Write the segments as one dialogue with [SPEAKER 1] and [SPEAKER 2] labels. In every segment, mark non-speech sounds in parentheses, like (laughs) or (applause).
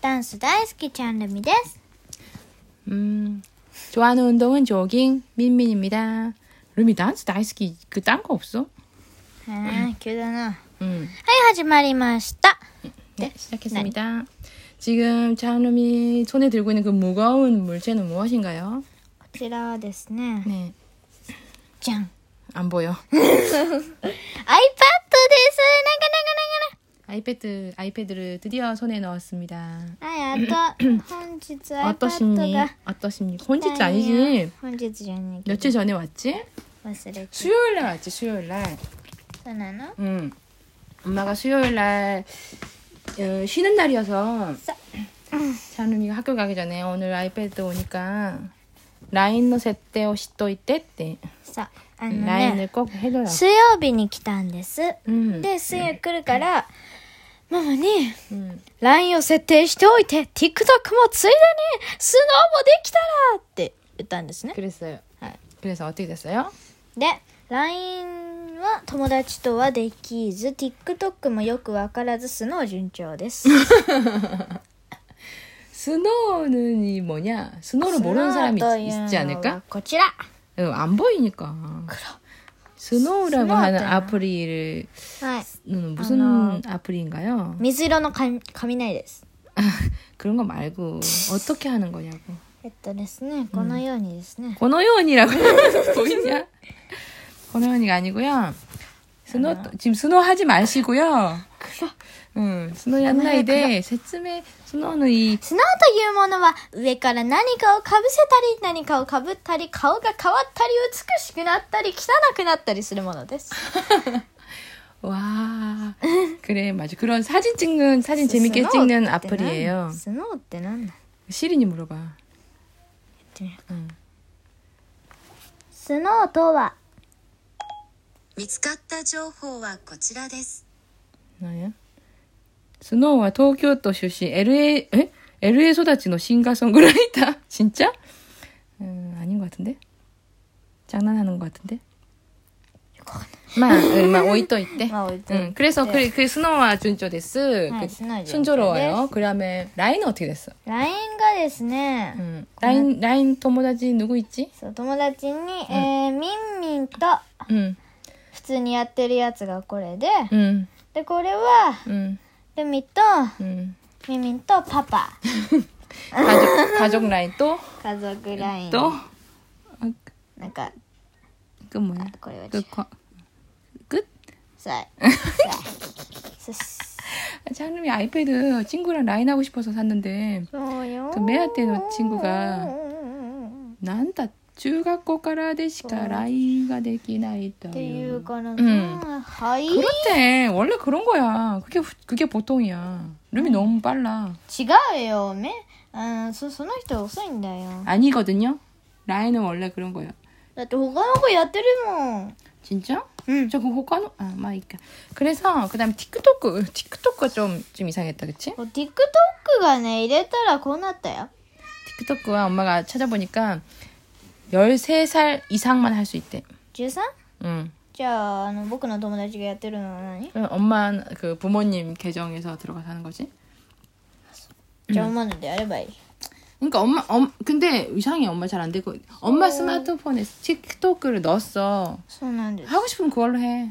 [SPEAKER 1] ダンス大好きちゃんるみです。
[SPEAKER 2] 음, 좋아하는 운동은 조깅, 민민입니다. 루미 댄스 다이스키 그딴 거 없어?
[SPEAKER 1] あー、急だな。は
[SPEAKER 2] 음.
[SPEAKER 1] い、始まりました。
[SPEAKER 2] 네, 시작했습니다. 지금 차은루미 손에 들고 있는 그 무거운 물체는 무엇인가요?
[SPEAKER 1] こちらはですね、
[SPEAKER 2] 네,
[SPEAKER 1] じゃん。 iPad
[SPEAKER 2] 안 보여.
[SPEAKER 1] です。なかなかな
[SPEAKER 2] (laughs) 아이패드, 아이패드를 드디어 손에 넣었습니다.
[SPEAKER 1] かなか。あ、やっ (clears throat) と、本日 iPad
[SPEAKER 2] 어떠십니?
[SPEAKER 1] が。
[SPEAKER 2] 어떠십니까? 혼짓 아니지?
[SPEAKER 1] 本日じゃねえけど
[SPEAKER 2] 며칠 전에 왔지?
[SPEAKER 1] 忘れちゃう。
[SPEAKER 2] 수요일 날 왔지, 수요일 날.
[SPEAKER 1] そうなの
[SPEAKER 2] 응. 엄마가 수요일 날 어, 쉬는 날이어서
[SPEAKER 1] 써.
[SPEAKER 2] 찬음이가 학교 가기 전에 오늘 아이패드 오니까 라인 의 세대오 시도이때って
[SPEAKER 1] さ、あの
[SPEAKER 2] 라인을
[SPEAKER 1] ね、
[SPEAKER 2] 꼭 해줘요.
[SPEAKER 1] 水曜日に来たんです。
[SPEAKER 2] 응.
[SPEAKER 1] で、水曜来るから、ママに、
[SPEAKER 2] 응.
[SPEAKER 1] LINE を設定しておいて、TikTok もついでに、スノーもできたらって言ったんですね。
[SPEAKER 2] 그랬어요.
[SPEAKER 1] 아.
[SPEAKER 2] 그래서 어떻게 됐어요?
[SPEAKER 1] で、LINE は友達とはできず、TikTok もよくわからず、スノー順調です。
[SPEAKER 2] 스노우는 이 뭐냐? 스노우를 모르는 사람이 있,
[SPEAKER 1] スノー
[SPEAKER 2] 있지
[SPEAKER 1] というの
[SPEAKER 2] 않을까?
[SPEAKER 1] はこちら
[SPEAKER 2] 응, 안 보이니까. 그 스노우라고
[SPEAKER 1] 스노우
[SPEAKER 2] 하는
[SPEAKER 1] 때문에.
[SPEAKER 2] 아플이
[SPEAKER 1] はい。
[SPEAKER 2] 무슨
[SPEAKER 1] 아,
[SPEAKER 2] 아플인가요?
[SPEAKER 1] 水色の髪雷です。
[SPEAKER 2] 그런 거 말고 어떻게 하는 거냐고.
[SPEAKER 1] えっとですね、このようにですね、
[SPEAKER 2] 권호연이라고 음. (laughs) 보이냐? 권호연이가 아니고요. 스노 지금 스노 하지 마시고요. 응, 스노 한나이데 세쯤에 스노는 이
[SPEAKER 1] スノーというものは上から何かをかぶせたり何かをかぶったり顔が変わったり美しくなったり汚くなったりするものです。
[SPEAKER 2] (laughs) 와. 그래 맞아 그런 사진 찍는 사진 (laughs) 재밌게
[SPEAKER 1] 스노우
[SPEAKER 2] 찍는
[SPEAKER 1] って何
[SPEAKER 2] 악플이에요.
[SPEAKER 1] スノーってなんだっ
[SPEAKER 2] 시린이 물어봐.
[SPEAKER 1] てね
[SPEAKER 2] 응.
[SPEAKER 1] スノーとは
[SPEAKER 3] 見つかった情報はこちらです。
[SPEAKER 2] 나야. 스노우와 도쿄도 출신 LA 에? LA 소다치노 (laughs) 싱가송그라이터 진짜? 음, 아닌 것 같은데? 장난하는 것 같은데? 마, 응, 마, 아, 오이또 있대.
[SPEAKER 1] まあ置いて
[SPEAKER 2] 응, 그래서 그, 그 스노우와 준조 데스.
[SPEAKER 1] 아,
[SPEAKER 2] 그,
[SPEAKER 1] 스노우 준조
[SPEAKER 2] 순조로워요. 그다음에 라인은 어떻게 됐어?
[SPEAKER 1] LINE がですね、
[SPEAKER 2] 응. 라인 라인 토모다지 누구 있지?
[SPEAKER 1] そう友達に、えーミンミンと
[SPEAKER 2] 응,
[SPEAKER 1] 普通にやってるやつがこれで、
[SPEAKER 2] 응,
[SPEAKER 1] でこれは
[SPEAKER 2] 응,
[SPEAKER 1] ルミと
[SPEAKER 2] 응.
[SPEAKER 1] ミンミンとパパ
[SPEAKER 2] 가족 가족 라인 또?
[SPEAKER 1] 家族 LINE
[SPEAKER 2] 또? 아,
[SPEAKER 1] なんか
[SPEAKER 2] 그 뭐야?
[SPEAKER 1] これは違う
[SPEAKER 2] 그 거- 끝?
[SPEAKER 1] さあ (laughs) さあさあ
[SPEAKER 2] 장님이 아이패드 친구랑 라인 하고 싶어서 샀는데
[SPEAKER 1] そうよ
[SPEAKER 2] 그 메아테 의 친구가
[SPEAKER 1] っ
[SPEAKER 2] 난다 중학교 からでしかラインができないと
[SPEAKER 1] てい
[SPEAKER 2] いうう
[SPEAKER 1] からさ、
[SPEAKER 2] うん
[SPEAKER 1] はい違う
[SPEAKER 2] 그렇대 원래 그런 거야 그게 후- 그게 보통이야 룸이 너무 빨라
[SPEAKER 1] よめうんそその人遅いんだよ
[SPEAKER 2] 아니거든요 라인은 원래 그런 거야
[SPEAKER 1] だって他の子やってるもん
[SPEAKER 2] 진짜?
[SPEAKER 1] うん
[SPEAKER 2] 저그 호카노 아막 이까 그래서 그다음 에 틱톡 틱톡가 좀 좀 이상했다 그치?
[SPEAKER 1] こう TikTok がね入れたらこうなったよ
[SPEAKER 2] 틱톡과 엄마가 찾아보니까 13살 이상만 할 수 있대
[SPEAKER 1] 13?
[SPEAKER 2] 응
[SPEAKER 1] じゃああの僕の友達がやってるのは何
[SPEAKER 2] 그럼 엄마 그 부모님 계정에서 들어가서 하는 거지?
[SPEAKER 1] じゃあ思うのでやればいい
[SPEAKER 2] 그러니까 엄마 엄 근데 이상해 엄마 잘 안 되고 엄마 스마트폰에 틱톡을 넣었어
[SPEAKER 1] そうなんです
[SPEAKER 2] 하고 싶으면 그걸로 해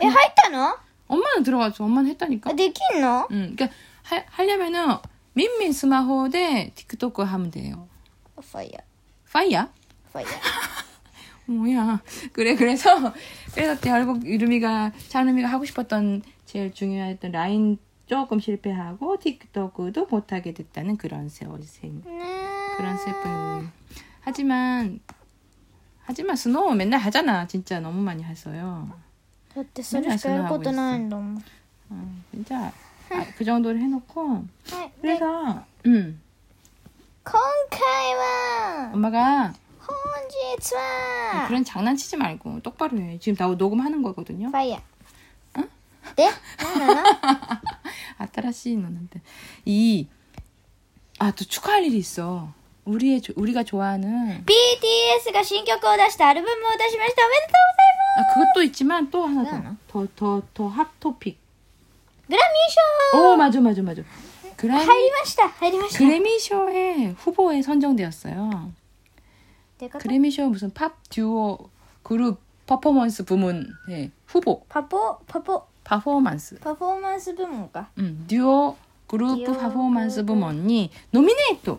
[SPEAKER 1] え入ったの
[SPEAKER 2] 엄마는 들어가서
[SPEAKER 1] あ
[SPEAKER 2] 엄마는 했다니까
[SPEAKER 1] できんの
[SPEAKER 2] 응 그러니까 하, 하려면은 민민 스마호에 틱톡 하면 돼요
[SPEAKER 1] ファイヤ
[SPEAKER 2] 파이야
[SPEAKER 1] ーファイヤー
[SPEAKER 2] 뭐야 (laughs) 그래 그래서 그래서 결국 이름이가 찬음이가 하고 싶었던 제일 중요했던 라인 조금 실패하고 틱톡도 못하게 됐다는 그런 세월이 생
[SPEAKER 1] ね
[SPEAKER 2] 그런 슬픈 하지만 하지만 스노우 맨날 하잖아 진짜 너무 많이 했어요
[SPEAKER 1] えだってそれしかやることないんだもん
[SPEAKER 2] 어, 진짜 아, 그 정도로 해놓고
[SPEAKER 1] はいで
[SPEAKER 2] 그래서 음
[SPEAKER 1] 今回は
[SPEAKER 2] 엄마가
[SPEAKER 1] 本日は
[SPEAKER 2] 아, 그런 장난치지 말고 똑바로 해 지금 다 녹음하는 거거든요
[SPEAKER 1] ファイヤーで何なの
[SPEAKER 2] 아따라씨 넣는데 이아 또 축하할 일이 있어 우리의 조- 우리가 좋아하는
[SPEAKER 1] BTS が新曲を出してアルバムを出しましたおめでと
[SPEAKER 2] 아 그것도 있지만 또 하나
[SPEAKER 1] 뭐야, 나?
[SPEAKER 2] 더 더 더 더 핫토픽
[SPEAKER 1] うございますグラミー賞
[SPEAKER 2] 오 맞아 맞아 맞아 그라미
[SPEAKER 1] 入りました入りました
[SPEAKER 2] 그래미쇼의 후보에 선정되었어요.
[SPEAKER 1] 내가
[SPEAKER 2] 그래미쇼 무슨 팝 듀오 그룹 퍼포먼스 부문 예, 후보
[SPEAKER 1] パポパポ
[SPEAKER 2] 퍼포먼스
[SPEAKER 1] パフォーマンス部門か
[SPEAKER 2] 음, 듀오 그룹
[SPEAKER 1] 듀오
[SPEAKER 2] 퍼포먼스
[SPEAKER 1] 그룹.
[SPEAKER 2] 부문이 노미네이트
[SPEAKER 1] の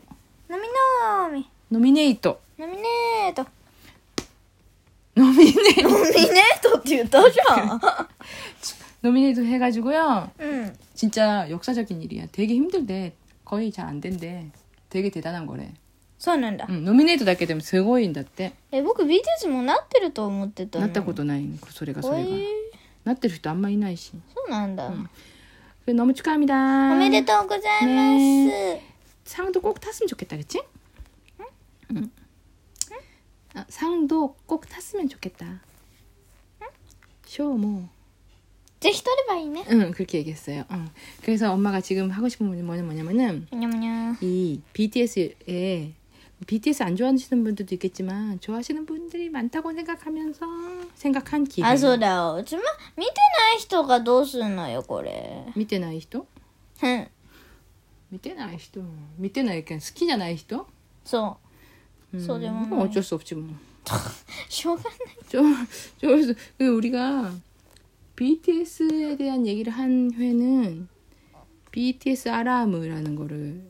[SPEAKER 1] みのーみ
[SPEAKER 2] 노미네이트
[SPEAKER 1] ノミネート
[SPEAKER 2] 노미네
[SPEAKER 1] ノミネートって言ったじゃん
[SPEAKER 2] 노미네이트 해가지고요
[SPEAKER 1] うん
[SPEAKER 2] 진짜 역사적인 일이야. 되게 힘들대. 거의 잘 안 된대. 되게 대단한 거래.
[SPEAKER 1] そうなんだ、
[SPEAKER 2] 응, 노미네이트 だけ되면 すごいんだって.
[SPEAKER 1] え僕ビーズもなってると思ってたの
[SPEAKER 2] 났다 ことない그 소리가
[SPEAKER 1] おい
[SPEAKER 2] 소리가. 났대 도 아마 이나이 씨.
[SPEAKER 1] そうなんだ、
[SPEAKER 2] 그래, 너무 축하합니다.
[SPEAKER 1] おめでとうございます、
[SPEAKER 2] 상도 꼭 탔으면 좋겠다, 그치? 응. 아, 상도 꼭 탔으면 좋겠다. 쇼 뭐.
[SPEAKER 1] ぜひ取ればいいね
[SPEAKER 2] 응, 그렇게 얘기했어요. 응. 그래서 엄마가 지금 하고 싶은 말이 뭐냐, 뭐냐면은
[SPEAKER 1] むにゃむにゃ
[SPEAKER 2] 이 BTS에 BTS 안 좋아하시는 분들도 있겠지만 좋아하시는 분들이 많다고 생각하면서 생각한 기회.
[SPEAKER 1] あそうだうちも見てない人がどうすんのよこれ
[SPEAKER 2] 밑에ない人?
[SPEAKER 1] うん
[SPEAKER 2] 見てない人見てないけん好きじゃない人?
[SPEAKER 1] そう
[SPEAKER 2] 음,
[SPEAKER 1] そうでもない
[SPEAKER 2] 뭐 어쩔 수 없지 뭐.
[SPEAKER 1] しょうがない
[SPEAKER 2] 좀, 좀, 해서- 그 우리가 BTS에 대한 얘기를 한 회는 BTS 아람이라는 거를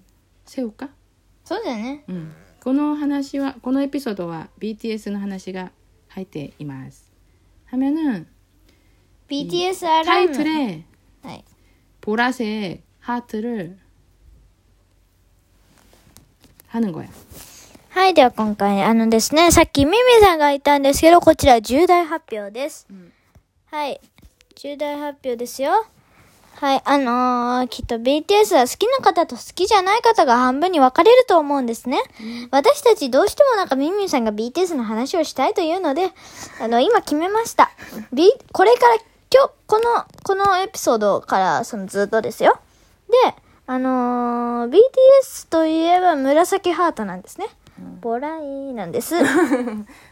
[SPEAKER 2] 세울까?
[SPEAKER 1] そうだよね
[SPEAKER 2] 음. この話はこのエピソードは BTS の話が入っています 하면은
[SPEAKER 1] BTS アラーム
[SPEAKER 2] 타이틀에
[SPEAKER 1] はい
[SPEAKER 2] 보라색 하트를 하는 거야.
[SPEAKER 1] はい、では今回、あのですね、さっきミミさんがいたんですけど、こちら重大発表です。はい、重大発表ですよ。はい、あのーきっと BTS は好きな方と好きじゃない方が半分に分かれると思うんですね。私たちどうしてもなんかミミさんが BTS の話をしたいというので、あの、今決めました。B、これから今日、この、このエピソードから、そのずっとですよ。で、あのー BTS といえば紫ハートなんですね。ボライなんです。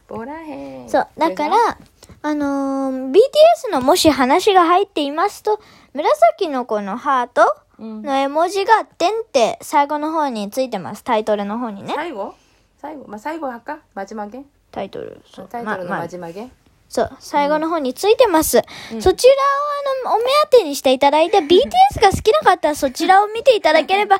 [SPEAKER 2] 보라해.
[SPEAKER 1] そう。だから、あのー BTS のもし話が入っていますと、紫のこのハートの絵文字が、点って最後の方についてます。タイトルの方にね。
[SPEAKER 2] 사이고, 사이고, 막 사이고 할까? 마지막에
[SPEAKER 1] タイトル。そう。
[SPEAKER 2] 타이틀은
[SPEAKER 1] まま
[SPEAKER 2] 어, 마지막에.
[SPEAKER 1] そう、最後の方についてます。そちらをあの、お目当てにしていただ (laughs) いて、BTS が好きな方はそちらを見ていただけれ (laughs) ば、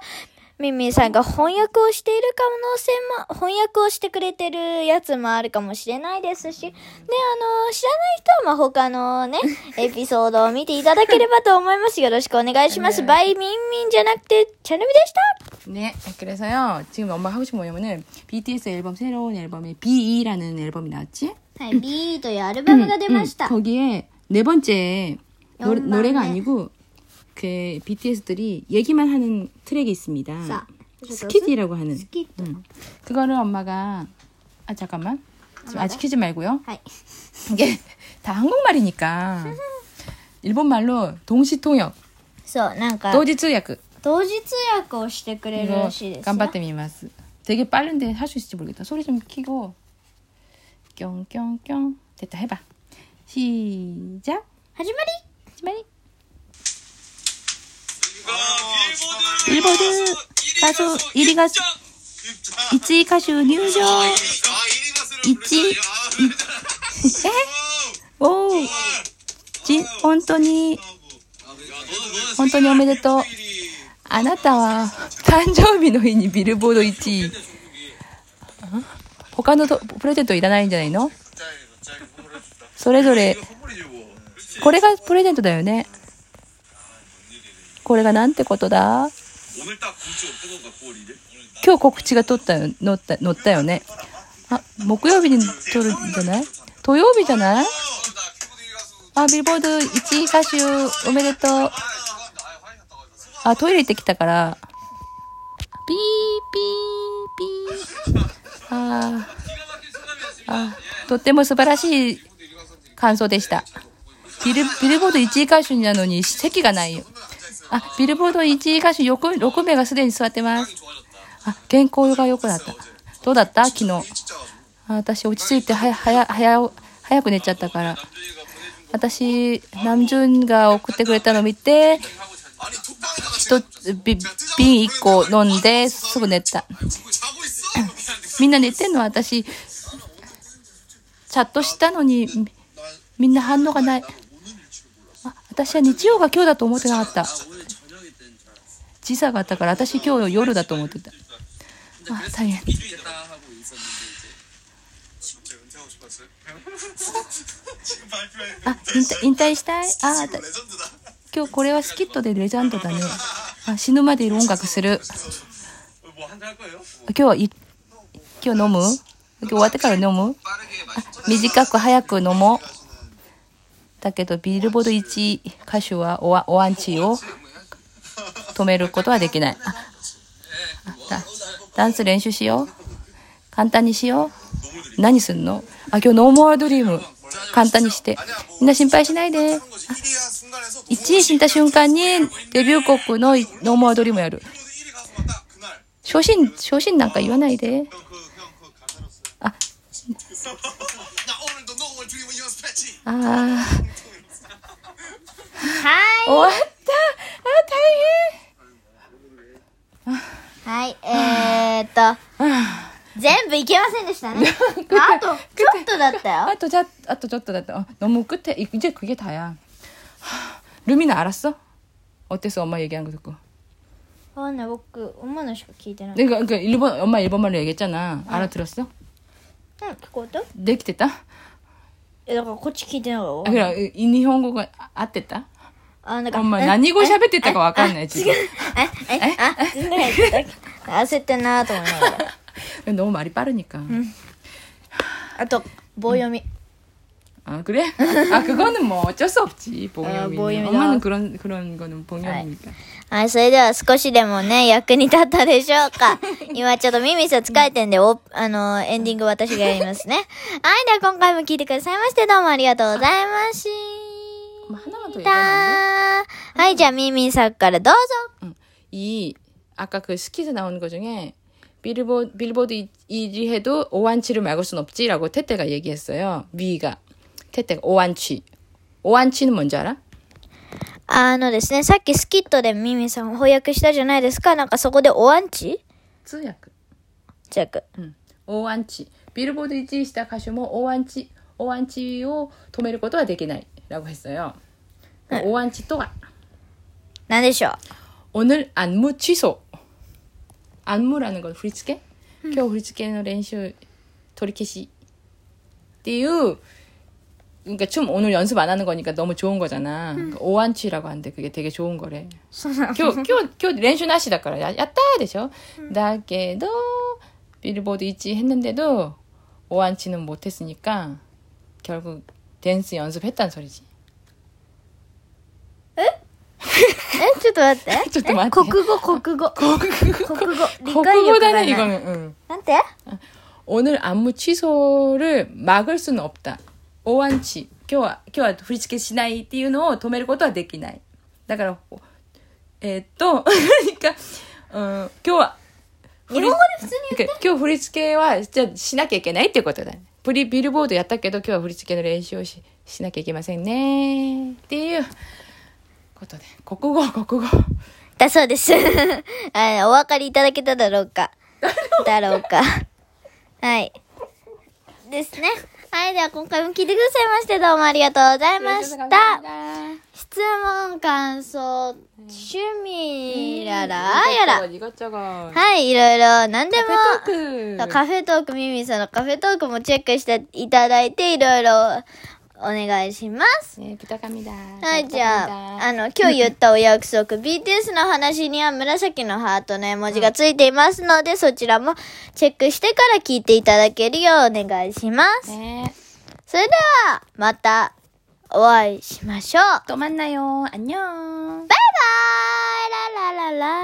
[SPEAKER 1] ミンミンさんが翻訳をしている可能性も、翻訳をしてくれてるやつもあるかもしれないですし、で、あの、知らない人は、まあ、他の (laughs) ね、エピソードを見ていただければと思います。よろしくお願いします。バイミンミンじゃなくて、チャルミでした。
[SPEAKER 2] 네, 그래서요. 지금 엄마 하고 싶은 뭐냐면은 BTS 앨범 새로운 앨범에 BE라는 앨범이 나왔지?
[SPEAKER 1] はい、B というアルバムが出ました。
[SPEAKER 2] 응, 거기에 네 번째 노,
[SPEAKER 1] 음, 영광의-
[SPEAKER 2] 노래가 아니고 그 BTS들이 얘기만 하는 트랙이 있습니다.
[SPEAKER 1] 자,
[SPEAKER 2] 스키디라고 하는.
[SPEAKER 1] 好きと。
[SPEAKER 2] 응. 그거를 엄마가 아 잠깐만 지금 아직 키지 말고요.
[SPEAKER 1] はい。
[SPEAKER 2] 이게 (laughs) 다 한국말이니까 일본 말로 동시 통역,
[SPEAKER 1] そう、なんか、
[SPEAKER 2] 도지 통역
[SPEAKER 1] 同時通訳をしてくれる
[SPEAKER 2] 이거
[SPEAKER 1] らしいですよ。
[SPEAKER 2] 깜빡대 미마스. 되게 빠른데 할 수 있을지 모르겠다. 소리 좀 키고 뿅뿅뿅 됐다 해봐. 시작.
[SPEAKER 1] 始まり
[SPEAKER 2] 시작.
[SPEAKER 4] 빌보드 가수 1위 가수
[SPEAKER 2] 이치 가수 뉴조.
[SPEAKER 4] 1위
[SPEAKER 2] 오. 진, 本当に,
[SPEAKER 4] 本当に
[SPEAKER 2] 本当におめでとう。あなたは,誕生日の日に 빌보드 1위. 어? 他の 도- プレゼントいらないんじゃないの?それぞれ,これがプレゼントだよね.これがなんてことだ?今日告知が取ったよ、乗った、乗ったよね。あ、木曜日に撮るんじゃない土曜日じゃないあ、ビルボード1位歌手おめでとう。あ、トイレ行ってきたから。ピーピーピー。あーあ、とっても素晴らしい感想でした。ビル、ビルボード1位歌手なのに席がないよ。あ、ビルボード1位歌手横6名がすでに座ってます。あ、健康が良くなった。どうだった昨日。あ私、落ち着いてはや、はや、はや、早く寝ちゃったから。私、南順が送ってくれたの見て、一つビ瓶一個飲んですぐ寝た。みんな寝てんの私、チャットしたのに、みみんな反応がない。あ、私は日曜が今日だと思ってなかった。時差があったから、私今日夜だと思ってた。あ、大変。
[SPEAKER 4] 지금
[SPEAKER 2] あ、引退引退したい。
[SPEAKER 4] 아,
[SPEAKER 2] あ、あた
[SPEAKER 4] 레전드다.
[SPEAKER 2] 今日これはスキットでレジェンドだね。あ、死ぬまでいる音楽する。
[SPEAKER 4] 뭐 한잔 할 거예요?
[SPEAKER 2] 今日はい、今日飲む今日終わってから飲む
[SPEAKER 4] 빠르게 마시.
[SPEAKER 2] 短く早く飲もう。だけど、ビルボード1歌手はおわおアンチを止めることはできない。あ
[SPEAKER 4] 네. 뭐
[SPEAKER 2] あダダンス練習しよう。簡単にしよう。何すんのあ、今日ノーモアドリーム。簡単にして。みんな心配しないで。
[SPEAKER 4] 거지. 1위한 순간에서
[SPEAKER 2] 1位死んだ瞬間にデビュー国のノーモアドリームやる。
[SPEAKER 4] 모두 1위 가수가 딱 그날
[SPEAKER 2] 昇進、昇進なんか言わないで。
[SPEAKER 4] 그형그 가사로서.
[SPEAKER 2] あ、
[SPEAKER 4] 나 오늘도 no one dream of yours 패치.
[SPEAKER 2] あー。
[SPEAKER 1] は
[SPEAKER 2] 終わった
[SPEAKER 1] ーい。はい、えーっ (sighs) と、
[SPEAKER 2] あ、大変
[SPEAKER 1] 全部いけませんでした (laughs) ね。あと、ちょっとだったよ。
[SPEAKER 2] 아, 또 자, 아, 또 졌다, 졌다. 어, 너무 끝에, 이- 이제 그게 다야. 하, 루미나 알았어? 어땠어? 엄마 얘기한 거 듣고.
[SPEAKER 1] あね、僕、思うのしか聞いてない。
[SPEAKER 2] 내가, 그, 일본, 엄마 일본말로 얘기했잖아. 알아들었어?
[SPEAKER 1] うん、聞こえた
[SPEAKER 2] 내키됐다?
[SPEAKER 1] え、だからこっち聞いてないわ
[SPEAKER 2] 아, 。 그래, 이, 이 일본어가 아, 됐다?
[SPEAKER 1] あ、なんか。
[SPEAKER 2] 엄마,
[SPEAKER 1] え
[SPEAKER 2] 난이고 샤베됐다가 와갔네, 네. 아, 지금.
[SPEAKER 1] え、え、あ、あ、焦ってんなと思いながら。
[SPEAKER 2] 너무 말이 빠르니까.
[SPEAKER 1] あと、棒読み。
[SPEAKER 2] 아, 그래? 아, 그거는 뭐 어쩔 수 없지, 아, 봉염이.
[SPEAKER 1] 봉염이다.
[SPEAKER 2] 엄마는 그런, 그런 거는 봉염이니까.
[SPEAKER 1] はい、それでは少しでもね、役に立ったでしょう (laughs) か。今ちょっとミミさん疲れてんで、お、あの、エンディング私がやりますね。はい、では今回も聞いてくださいまして、どうもありがとうございまし
[SPEAKER 2] 엄마 하나만 더
[SPEAKER 1] た。
[SPEAKER 2] 얘기하면 안 돼?
[SPEAKER 1] はい、じゃあミミさんからどうぞ。
[SPEAKER 2] 응. 이 아까 그 스킷에 나오는 거 중에 빌보 빌보드 1위 해도 오한치를 막을 순 없지라고 테테가 얘기했어요. 미가 테테가 오한치. 오한치는 뭔지 알아?
[SPEAKER 1] あのですね、さっきスキットでミミさんを翻訳したじゃないですか。なんかそこでおアンチ
[SPEAKER 2] 쓰약.
[SPEAKER 1] チェック。
[SPEAKER 2] 응. 오한치. 빌보드 1위 시작 하시면 오한치 오한치를 止める 것도 되기나이라고 했어요. 그러니까 오한치 또가
[SPEAKER 1] なんでし (laughs) ょう
[SPEAKER 2] 오늘 안무 취소. 안무라는 건 후리츠케? 겨우 후리츠케의 연습 돌이키시. 띠우. 그러니까 춤 오늘 연습 안 하는 거니까 너무 좋은 거잖아. 그 오한취라고 하는데 그게 되게 좋은 거래. 교, 교, 교, 렌슈나시다から 야, 야따! 되죠? 나게도 빌보드 있지 했는데도 오한치는 못했으니까 결국 댄스 연습했단 소리지.
[SPEAKER 1] え、 (laughs) ちょっと待って。
[SPEAKER 2] ちょっと待って
[SPEAKER 1] え国語、国語。国語。国語。理解力がな
[SPEAKER 2] 거꾸보다는
[SPEAKER 1] い。
[SPEAKER 2] 이거는, 응.
[SPEAKER 1] なんて
[SPEAKER 2] 오늘 안무 취소를 막을 수는 없다. 오한치. 今日は、今日は振り付けしないっていうのを止めることはできない。だから、えーっと、그러니까, (laughs) 어, 今日は、日本語で普通に言って。今日振り付けは、じゃあしなきゃいけないっていうことだね。ブリビルボードやったけど今日は振り付けの練習をしなきゃいけませんね。っていうことで、国語、国語。
[SPEAKER 1] だそうです。 (laughs) はい、お分かりいただけただろうか。だろうか。はい。ですね。はい、では今回も聞いてくださいまして、どうもありがとうございました。質問、感想、趣味、やら、やら。
[SPEAKER 2] 이것저것.
[SPEAKER 1] はい、いろいろ、なんでも。
[SPEAKER 2] 카페토크.
[SPEAKER 1] カフェトーク、ミミさんのカフェトークもチェックしていただいて、いろいろお願いします。
[SPEAKER 2] 네, 부탁합니다.
[SPEAKER 1] はい、じゃ
[SPEAKER 2] 부탁합니다.
[SPEAKER 1] あ、あの、今日言ったお約 (laughs) 束、BTS の話には紫のハートの絵文字がついていますので、そちらもチェックしてから聞いていただけるようお願いします。
[SPEAKER 2] 네.
[SPEAKER 1] それでは、またお会いしましょう。
[SPEAKER 2] 또 만나요. 안녕.
[SPEAKER 1] バイバーイララララ